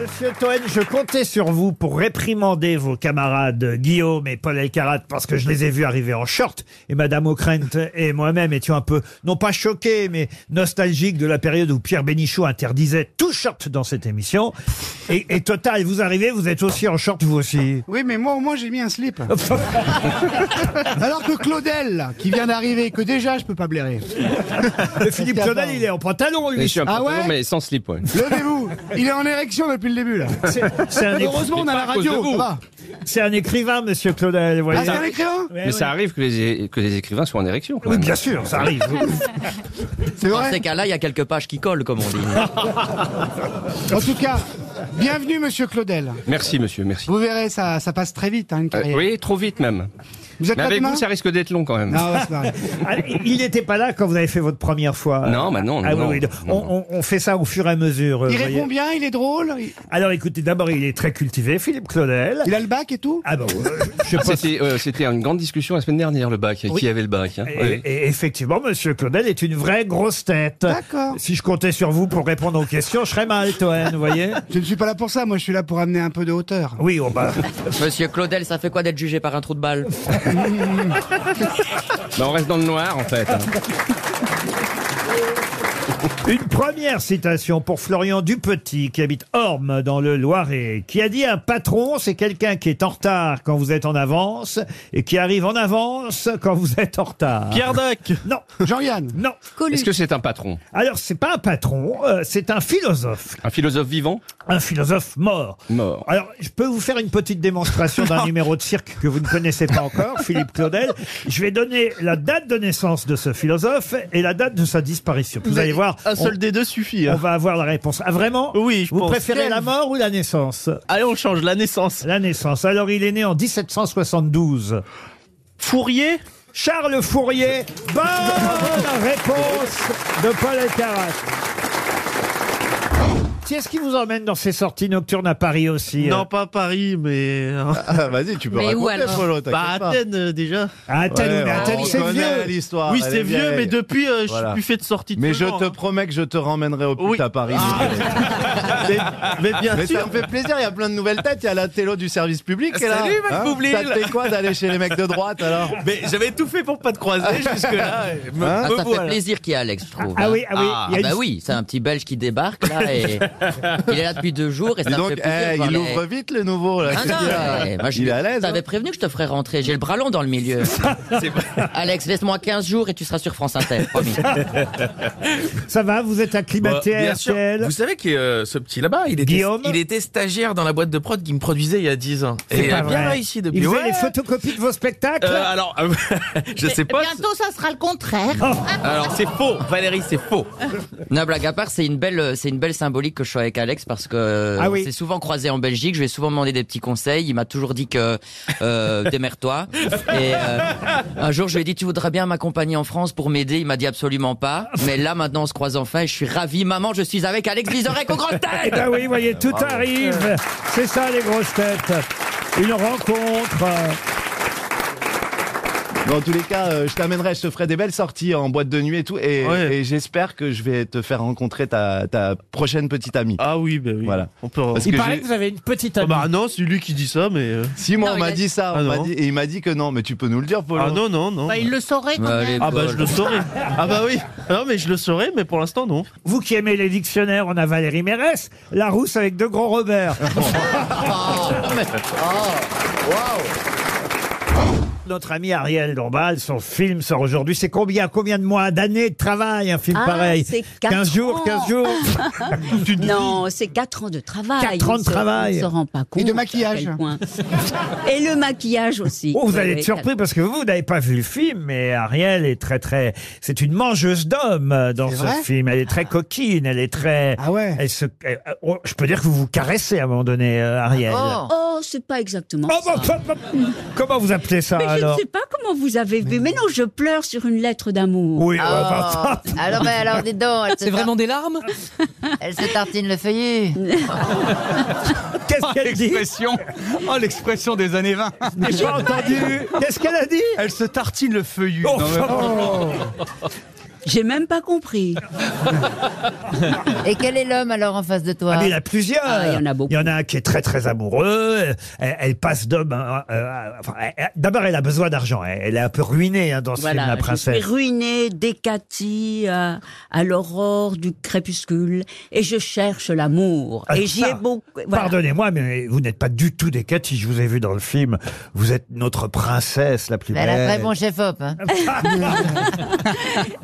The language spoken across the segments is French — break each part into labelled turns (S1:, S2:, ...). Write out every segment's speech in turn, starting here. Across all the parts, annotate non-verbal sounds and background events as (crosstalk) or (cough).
S1: Monsieur Toen, je comptais sur vous pour réprimander vos camarades Guillaume et Paul Elkarat parce que je les ai vus arriver en short et Madame O'Krent et moi-même étions un peu, non pas choqués, mais nostalgiques de la période où Pierre Bénichou interdisait tout short dans cette émission. Et, Tota, et total, vous arrivez, vous êtes aussi en short vous aussi.
S2: Oui, mais moi au moins j'ai mis un slip. Alors que Claudel, là, qui vient d'arriver, que déjà je peux pas blairer.
S1: Le Philippe Claudel, il est en pantalon,
S3: Mais
S1: lui.
S3: je suis un
S2: Ah
S3: pantalon,
S2: ouais
S3: mais sans slip, ouais.
S2: Levez-vous, il est en érection depuis le début là.
S1: C'est c'est un, écri-
S2: Heureusement on a la
S3: cause de
S2: radio.
S3: vous.
S2: ça va.
S1: c'est un écrivain, Monsieur Claudel. vous
S2: Ah,
S1: voyez.
S2: c'est un écrivain
S1: Ouais,
S3: mais
S1: ouais.
S3: ça arrive que les, que les écrivains soient en érection. Quand
S1: Oui,
S3: même.
S1: bien sûr, ça arrive.
S2: C'est
S4: Dans ces
S2: vrai.
S4: cas-là, il y a quelques pages qui collent, comme on dit.
S2: En tout cas, bienvenue Monsieur Claudel.
S3: Merci, monsieur, merci.
S2: Vous verrez, ça, ça passe très vite hein, une
S3: Euh,
S2: carrière.
S3: oui, trop vite même.
S2: Vous êtes
S3: Mais
S2: là
S3: avec
S2: demain
S3: vous, ça risque d'être long quand même.
S2: Non, on va se marrer.
S1: Ah, il n'était pas là quand vous avez fait votre première fois.
S3: Non, bah non,
S1: Ah
S3: non,
S1: oui, oui.
S3: non,
S1: On, on- on fait ça au fur et à mesure. euh,
S2: Il
S1: voyez.
S2: répond bien, il est drôle, il-
S1: Alors écoutez, d'abord il est très cultivé, Philippe Claudel.
S2: il a le bac et tout.
S1: Ah bon, euh, je pense.
S3: C'était euh, c'était une grande discussion la semaine dernière, le bac.
S1: Oui.
S3: Qui avait le bac hein.
S1: Et,
S3: Oui.
S1: et effectivement, Monsieur Claudel est une vraie grosse tête.
S2: D'accord.
S1: Si je comptais sur vous pour répondre aux questions, je serais mal, Toen, vous voyez
S2: Je ne suis pas là pour ça, moi je suis là pour amener un peu de hauteur.
S1: Oui, oh, bah, on va.
S4: Monsieur Claudel, ça fait quoi d'être jugé par un trou de balle
S3: Bah, on reste dans le noir, en fait. hein.
S1: Une première citation pour Florian Dupetit, qui habite Orme, dans le Loiret, qui a dit un patron, c'est quelqu'un qui est en retard quand vous êtes en avance et qui arrive en avance quand vous êtes en retard.
S5: Pierre Dac
S1: Non,
S2: Jean-Yann,
S1: non.
S3: Est-ce que c'est un patron
S1: Alors, c'est pas un patron, euh, c'est un philosophe.
S3: Un philosophe vivant
S1: Un philosophe mort.
S3: Mort.
S1: Alors, je peux vous faire une petite démonstration d'un numéro de cirque que vous ne connaissez pas encore, Philippe Claudel. Je vais donner la date de naissance de ce philosophe et la date de sa disparition. Vous allez voir,
S5: Un
S1: on,
S5: seul des deux suffit.
S1: on
S5: hein.
S1: va avoir la réponse. Ah, vraiment
S5: Oui, je
S1: Vous
S5: pense.
S1: préférez la mort ou la naissance
S5: Allez, on change la naissance.
S1: La naissance. Alors, il est né en 1772.
S5: Fourier
S1: Charles Fourier, bonne (laughs) réponse de Paul Elkarat. Tiens, Est-ce qui vous emmène dans ces sorties nocturnes à Paris aussi euh,
S5: Non, pas Paris, mais. euh,
S6: Ah, vas-y, tu peux
S7: Mais où
S6: raconter,
S7: alors
S6: Frollo, t'inquiète
S5: Bah,
S6: pas.
S5: Athènes, euh, déjà.
S1: À Athènes,
S6: Ouais,
S1: mais
S6: on
S1: Athènes, c'est
S6: connaît
S1: vieux.
S6: l'histoire.
S5: oui,
S6: elle est
S5: c'est vieux,
S6: vieille.
S5: mais depuis, euh,
S6: Voilà.
S5: je suis plus fait de sortie de
S6: Mais
S5: ce
S6: je
S5: genre,
S6: te
S5: hein.
S6: promènerai que je te ramènerai au pute
S5: Oui. Ah,
S6: à Paris. (laughs)
S5: mais, mais bien
S6: mais ça
S5: sûr.
S6: me fait plaisir, il y a plein de nouvelles têtes, il y a la télo du service public qui est là. Hein
S5: Salut, Mac Boublil.
S6: Ça te fait quoi d'aller chez les mecs de droite alors
S5: Mais j'avais tout fait pour pas te croiser jusque-là. et me-
S6: Hein
S4: Ah, Ça
S5: me
S4: fait
S5: voilà.
S4: plaisir qu'il y a Alex, je trouve.
S1: Ah
S4: hein.
S1: oui, ah oui, il y a
S4: ah
S1: une-
S4: bah oui, c'est un petit Belge qui débarque
S1: (laughs)
S4: là et il est là depuis deux jours et ça
S6: Dis
S4: me
S6: donc,
S4: fait plaisir.
S6: eh,
S4: de voir
S6: il
S4: les-
S6: ouvre vite le nouveau (laughs) là.
S4: Ah
S6: je te
S4: non,
S6: dis, là.
S4: mais moi, je-
S6: il est à l'aise.
S4: T'avais
S6: hein.
S4: prévenu que je te ferais rentrer. J'ai le bras long dans le milieu.
S6: (laughs)
S4: Alex, laisse-moi 15 jours et tu seras sur France Inter.
S6: (laughs)
S4: promis.
S1: Ça va, vous êtes acclimaté
S8: Bah,
S1: à
S8: bien sûr.
S1: RTL
S8: Vous savez que euh, ce petit là-bas, il était,
S1: Guillaume
S8: il était stagiaire dans la boîte de prod qui me produisait il y a 10 ans.
S1: C'est
S8: Et il
S1: pas
S8: a bien
S1: vrai.
S8: réussi depuis.
S1: Il fait
S8: Ouais.
S1: les photocopies de vos spectacles
S8: Euh, alors, (laughs) euh, je sais pas.
S7: Bientôt, ça sera le contraire.
S5: Ah,
S8: Alors, c'est faux, Valérie, c'est faux.
S4: Non, blague à part, c'est une belle, euh, c'est une belle symbolique que je sois avec Alex parce que euh,
S1: Ah oui.
S4: on s'est souvent croisé en Belgique. Je lui ai souvent demandé des petits conseils. Il m'a toujours dit que
S1: (laughs)
S4: euh, démerde-toi. Et euh, un jour, je lui ai dit tu voudrais bien m'accompagner en France pour m'aider. Il m'a dit absolument pas. Mais là, maintenant, on se croise enfin et je suis ravi. Maman, je suis avec Alex Vizorek au grand
S1: Eh
S4: tête.
S1: ben
S8: (laughs)
S1: oui, voyez, tout
S8: Ah,
S1: arrive. C'est ça, les grosses têtes. Une rencontre. euh,
S6: Dans tous les cas, euh, je t'amènerai, je te ferai des belles sorties en boîte de nuit et tout. Et,
S5: Ouais.
S6: et j'espère que je vais te faire rencontrer ta, ta prochaine petite amie.
S5: Ah oui, bah oui.
S6: Voilà.
S5: On peut.
S6: Parce
S1: Il
S6: que
S1: paraît
S6: j'ai-
S1: que vous avez une petite
S5: Ah
S1: amie.
S5: bah non, c'est lui qui dit ça, mais. euh,
S6: Si moi
S7: Non,
S6: on
S7: il
S6: m'a
S7: a-
S6: dit ça, on
S5: Ah
S6: m'a
S5: non.
S6: dit- et il m'a dit que non, mais tu peux nous le dire, Polo.
S5: Ah non, non, non.
S7: Bah, il le saurait quand
S4: Allez,
S7: même.
S5: Ah bah
S4: Paul.
S5: je le
S6: (laughs)
S5: saurais. Ah bah oui. Non mais je le saurais, mais pour l'instant non.
S1: Vous qui aimez les dictionnaires, on a Valérie Mérès, la rousse avec deux gros Robert.
S2: Oh.
S1: Notre ami Ariel Dombal, son film sort aujourd'hui. C'est combien, combien de mois, d'années de travail, un film
S9: Ah,
S1: pareil
S9: c'est quatre
S1: 15 jours,
S9: ans.
S1: 15
S9: (laughs)
S1: jours.
S9: Non, c'est 4 ans de travail.
S1: Quatre ans de
S9: On se-
S1: travail.
S9: On se rend pas compte.
S2: de
S9: à
S2: maquillage.
S9: quel point. (laughs) Et le maquillage aussi.
S1: Oh, vous
S9: Oui,
S1: allez
S9: oui,
S1: être surpris parce que vous, vous n'avez pas vu le film, mais Ariel est très, très. C'est une mangeuse d'hommes euh, dans
S2: C'est
S1: ce
S2: vrai
S1: film. Elle est très coquine, elle est très.
S2: Ah ouais.
S1: elle se- elle- oh, Je peux dire que vous vous caressez à un moment donné, euh, Ariel.
S9: quatre- Oh, c'est pas exactement
S1: Oh, bah,
S9: ça.
S1: bah, bah, comment vous appelez ça
S9: Mais je ne
S1: alors
S9: sais pas comment vous avez vu. Mais non, je pleure sur une lettre d'amour.
S1: Oui, bah, bah, bah.
S7: alors, mais alors, dis donc, elle se,
S4: C'est vraiment des larmes
S7: tar- elle se tartine le feuillet.
S1: bah, Qu'est-ce qu'elle dit
S5: Oh l'expression des années 20.
S1: J'ai pas entendu. Qu'est-ce qu'elle a dit
S10: Oh,
S5: Elle se tartine le feuillu.
S1: Oh,
S9: J'ai même pas compris.
S7: Et quel est l'homme alors en face de toi
S1: Ah, mais il y en a plusieurs.
S9: Ah, il y en a beaucoup.
S1: Il y en a un qui est très très amoureux. Euh, Elle, elle passe d'homme. à- à- à- enfin, elle- elle- D'abord, elle a besoin d'argent. Elle, elle est un peu ruinée hein, dans ce film, la
S9: Voilà, je suis
S1: princesse.
S9: ruinée des Cathy à, à l'aurore du crépuscule et je cherche l'amour.
S1: Ah,
S9: et j'y ai
S1: ça,
S9: beaucoup. voilà.
S1: Pardonnez-moi, mais vous n'êtes pas du tout des Cathy. Je vous ai vu dans le film. Vous êtes notre princesse la plus
S7: Mais Ben, Elle a
S1: belle.
S7: très bon chef-op. hein.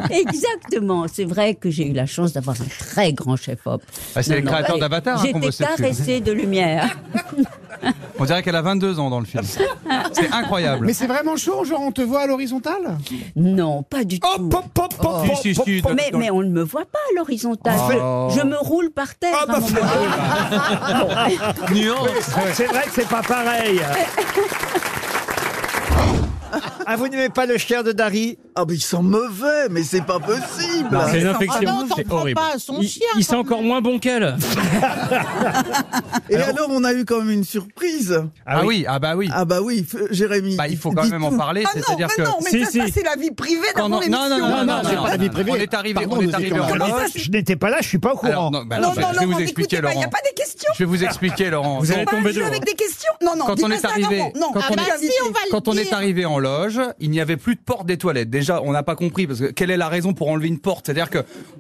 S9: (laughs) Exactement. C'est vrai que j'ai eu la chance d'avoir un très grand chef-op.
S10: Ah, c'est
S9: Non,
S10: les
S9: non,
S10: créateurs
S9: allez,
S10: d'Avatar, hein, qu'on voit
S9: J'étais
S10: cette pub.
S9: caressée de lumière.
S10: On dirait qu'elle a 22 ans dans le film. C'est incroyable.
S2: Mais c'est vraiment chaud, genre on te voit à l'horizontale
S9: Non, pas du
S1: Oh,
S9: tout.
S1: pop, pop, pop, pop,
S10: Si, si,
S1: pop,
S10: si,
S1: pop.
S9: Mais, mais on ne me voit pas à l'horizontale.
S10: Oh.
S9: Je me roule par terre.
S1: Ah,
S9: à un
S1: bah,
S9: moment donné.
S10: Nuance.
S1: C'est vrai que c'est pas pareil. (laughs) Ah, vous n'aimez pas le chien de Dari
S8: Ah, mais ils sont mauvais, mais c'est pas possible.
S11: C'est une infection,
S7: t'en
S11: c'est
S7: prends
S11: horrible.
S7: pas à son
S11: Il,
S7: chien,
S11: il sent encore moins bon qu'elle.
S8: Et alors, on a eu quand même une surprise.
S10: Ah oui, ah bah oui.
S8: Ah, bah oui, f- Jérémy.
S10: Bah, il faut quand même en parler, c'est-à-dire que
S11: Si, si.
S5: la vie privée
S10: Quand on- non, non, non, non, non,
S2: c'est
S10: non,
S2: pas la vie
S10: non.
S2: privée.
S10: On est arrivé,
S2: Pardon,
S10: on est
S2: monsieur
S10: arrivé
S1: Ah
S10: en
S2: Camarade.
S10: loge.
S1: Je n'étais pas là, je suis pas au courant.
S10: Alors, non, bah, alors, je vais- je vais vous expliquer, Laurent.
S5: des questions.
S10: Je vais vous expliquer, Laurent.
S11: Vous allez tomber deux.
S5: des questions. Non, non,
S10: Quand on est arrivé, quand on est- quand on est arrivé en loge, il n'y avait plus de porte des toilettes. Déjà, on n'a pas compris parce que quelle est la raison pour enlever une porte C'est-à-dire que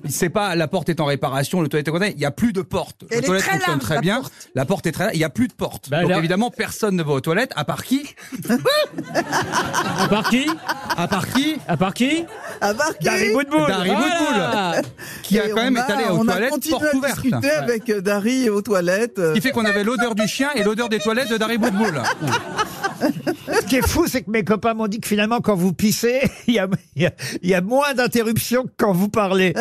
S10: c'est pas la porte est en réparation, le toilette est condamné, il n'y a plus de porte.
S5: Elle
S10: le
S5: est
S10: toilette
S5: très
S10: fonctionne
S5: large,
S10: très
S5: la
S10: bien, la porte est très large, il n'y a plus de porte.
S11: Bah,
S10: Donc
S11: là-
S10: évidemment, personne ne va aux toilettes à part qui
S11: À part qui Ah,
S10: À part qui
S11: À part qui
S1: Dari
S11: bah,
S1: Boudboul.
S10: Dari Boudboul, qui a
S8: Et
S10: quand même
S8: Ah, bah, on a-
S10: étalé aux
S8: on a
S10: toilettes
S8: continué
S10: porte
S8: à
S10: ouverte.
S8: discuter avec euh, Dari aux toilettes.
S10: Ce
S8: euh,
S10: qui fait qu'on avait l'odeur du chien et l'odeur des toilettes de Dari Boudboul.
S1: Ce qui est fou, c'est que mes copains m'ont dit que finalement, quand vous pissez, (laughs) il y a, il y a- il y a moins d'interruptions que quand vous parlez.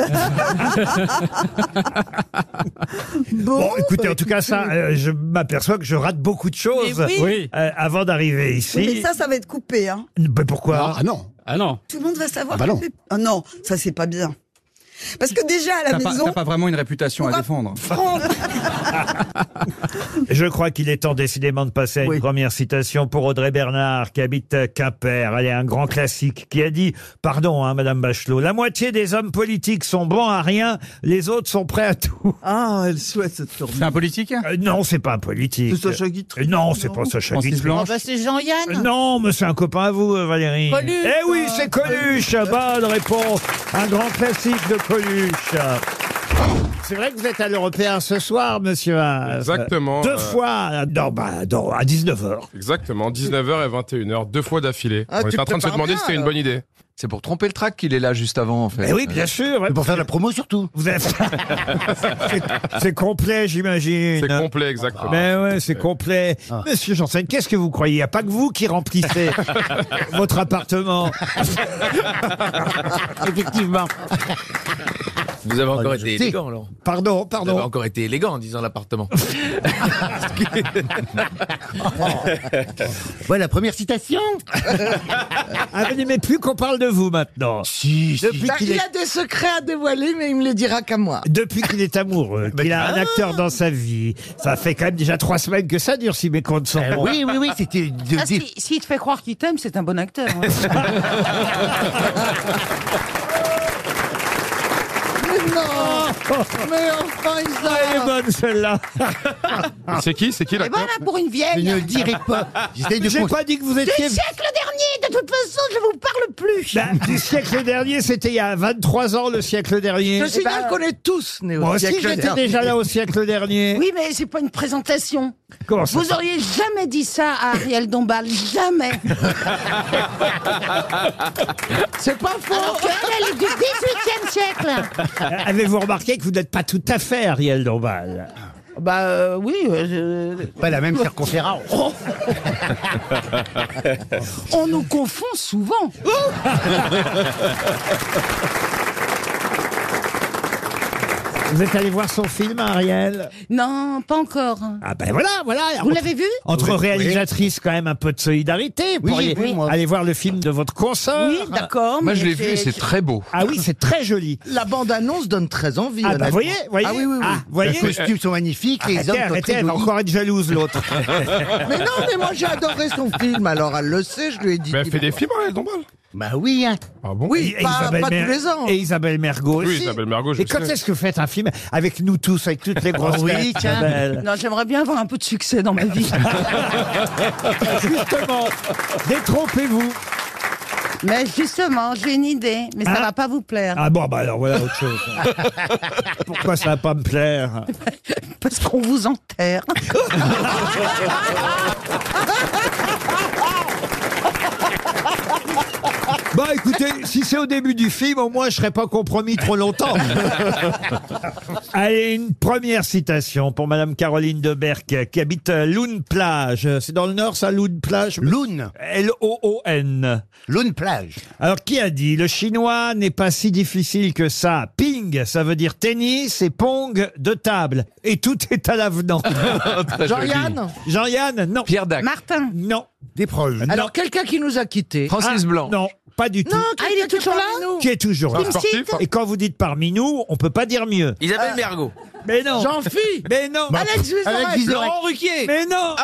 S1: Bon, écoutez, en tout cas, ça, euh, je m'aperçois que je rate beaucoup de choses
S11: Oui.
S1: euh, avant d'arriver ici.
S5: Mais ça, ça va être coupé. Hein.
S1: Mais pourquoi
S2: Ah non
S11: Ah non.
S5: Tout le monde va savoir.
S2: Ah bah non.
S5: que c'est- Ah non, ça, c'est pas bien. Parce que déjà, à la
S10: T'as pas,
S5: maison,
S10: t'as pas vraiment une réputation à défendre.
S5: Franck,
S1: Je crois qu'il est temps décidément de passer à une
S8: Oui.
S1: première citation pour Audrey Bernard, qui habite à Quimper. Elle est un grand classique, qui a dit, pardon, hein, Madame Bachelot, la moitié des hommes politiques sont bons à rien, les autres sont prêts à tout.
S8: Ah, elle souhaite cette tournée.
S10: C'est un politique
S1: Euh, non, c'est pas un politique.
S8: C'est Sacha Guitry.
S1: Euh, Non, c'est pas Sacha
S10: Francis
S1: Guitry.
S7: Oh,
S10: Blanche.
S7: bah, c'est
S1: Euh,
S7: Jean-Yann.
S1: Non, mais c'est un copain à vous, euh, Valérie.
S7: Coluche.
S1: Eh oui, c'est
S8: Ah,
S1: Coluche. Bonne réponse. Un grand classique de Coluche. C'est vrai que vous êtes à l'européen ce soir, monsieur. Haas.
S12: Exactement,
S1: Deux
S12: euh.
S1: fois, euh, non, bah, non, à 19h.
S12: Exactement, 19h et 21h, deux fois d'affilée.
S8: Ah,
S12: on
S8: tu
S12: est en train de se
S8: prépares
S12: demander
S8: bien,
S12: si c'était une
S8: alors.
S12: bonne idée.
S6: C'est pour tromper le track qu'il est là juste avant, en fait.
S1: Eh oui, bien sûr.
S6: Bah pour faire la promo surtout.
S1: Vous êtes- c'est, c'est complet, j'imagine.
S12: C'est complet, exactement.
S1: Mais ouais, c'est complet. Monsieur Janssen, qu'est-ce que vous croyez Il n'y a pas que vous qui remplissez votre appartement.
S2: Effectivement.
S8: Vous avez
S5: Ah,
S8: encore
S2: été Guitry. élégant,
S8: Laurent.
S1: Pardon, pardon.
S8: encore été élégant en disant l'appartement.
S5: Bah,
S2: Ouais, la première citation.
S1: Ah, vous n'aimez plus qu'on parle de vous maintenant.
S2: Depuis qu'il est...
S5: des secrets à dévoiler, mais il me les dira qu'à moi.
S1: Depuis qu'il est amoureux, qu'il a un acteur dans sa vie, ça fait quand même déjà trois semaines que ça dure si mes comptes sont bons.
S2: Oui, oui, oui, c'était...
S13: Ah, si, s'il te fait croire qu'il t'aime, c'est un bon acteur. ouais. (laughs)
S5: Mais enfin,
S1: Ah, elle est bonne celle-là.
S12: C'est qui C'est qui
S13: Et
S12: l'acteur
S13: voilà Eh ben, pour une vieille.
S2: ne le dirai pas. J'essaie
S1: J'ai pas dit que vous étiez.
S13: (laughs) Siècle dernier, de toute façon, je vous parle plus.
S1: Bah, du siècle dernier, c'était il y a 23 ans le siècle dernier.
S13: je
S2: Eh ben,
S13: signale qu'on est tous nés au
S1: Moi aussi,
S13: siècle
S1: j'étais
S13: dernier.
S1: déjà là au siècle dernier.
S13: Oui, mais c'est pas une présentation.
S1: Comment ça
S13: Vous auriez jamais dit ça à Ariel Dombal, jamais. (laughs) c'est pas faux. Alors qu'elle est du 18e siècle.
S1: Euh, Avez-vous remarqué que vous n'êtes pas tout à fait Ariel Dombal
S13: Bah euh, oui, euh, je-
S2: Pas la même circonférence.
S1: Oh,
S13: on nous confond souvent.
S1: Vous êtes allé voir son film, Ariel
S13: Non, pas encore.
S1: Ah ben voilà, voilà
S13: Vous
S1: Entre-
S13: l'avez vu
S1: Entre réalisatrices, quand même, un peu de solidarité. Vous pourriez
S2: oui, moi.
S1: aller voir le film de votre consort.
S13: Oui, d'accord.
S6: Moi,
S13: mais
S6: je l'ai vu et c'est très beau.
S1: Ah oui, c'est très joli.
S2: La bande-annonce donne très envie.
S1: Ah bah, vous voyez, voyez
S2: Ah oui, oui, oui.
S1: Ah, voyez
S2: Les costumes sont magnifiques, les hommes
S1: Arrêtez,
S2: sont
S1: arrêtez,
S2: très
S1: elle va
S2: jolis.
S1: encore être jalouse,
S2: (laughs)
S1: l'autre.
S2: Mais non, mais moi j'ai adoré son film, alors elle le sait, je lui ai dit. hein.
S12: Mais elle fait des films, elle, Dombal
S1: Bah oui. Ah bon Oui,
S14: Pas-
S1: Isabelle
S14: pas tous
S1: Mer-
S14: les ans.
S1: Et Isabelle Mergo.
S10: Oui, Isabelle Mergo, je
S1: Et quand
S10: sais.
S1: est-ce que vous faites un film avec nous tous, avec toutes les grosses
S10: Oh oui,
S1: têtes,
S10: tiens.
S1: Isabelle
S15: Non, j'aimerais bien avoir un peu de succès dans ma vie.
S1: (laughs) Justement, détrompez-vous.
S15: Mais justement, j'ai une idée, mais ça va pas vous plaire.
S1: Ah bon, bah alors voilà autre chose. Pourquoi ça va pas me plaire
S15: Parce qu'on vous enterre.
S1: Bah écoutez, si c'est au début du film, au moins je serai pas compromis trop longtemps. (laughs) Allez, une première citation pour Madame Caroline Deberck qui habite euh, Loun Plage. C'est dans le nord, ça, Loun Plage Loun. L-O-O-N. Loun Plage. Alors, qui a dit Le chinois n'est pas si difficile que ça. Ping, ça veut dire tennis et pong de table. Et tout est à l'avenant.
S14: (laughs) Très joli. Jean-Yann
S1: Jean-Yann, non. Pierre Dac.
S15: Martin.
S1: Non. Des proches.
S14: Alors, quelqu'un qui nous a quittés.
S1: Ah, Non, pas du tout.
S14: Non, Ah, il est quelqu'un toujours là parmi nous.
S1: Qui est toujours
S14: Un
S1: là.
S14: sportif
S1: Et quand vous dites parmi nous, on peut pas dire mieux.
S5: Euh,
S4: Isabelle Mergo.
S1: Mais non.
S14: J'en fis.
S1: Mais non.
S10: Bah,
S9: Ah,
S10: Alex Vizorek. Alex Vizorek.
S1: Laurent
S4: Ruquier.
S1: Mais non.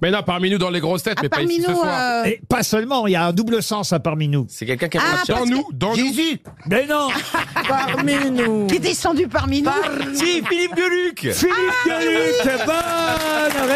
S10: Mais non, Ah, parmi nous dans les grosses têtes, mais pas ici ce soir.
S1: Et pas seulement, il y a un double sens à parmi nous.
S4: C'est quelqu'un
S10: qui a Ah, marché. parce Dans nous, dans
S1: Jésus. Mais non.
S15: parmi nous. Qui est descendu parmi nous.
S4: Si, Philippe Gueluc.
S1: Philippe Gueluc, bonne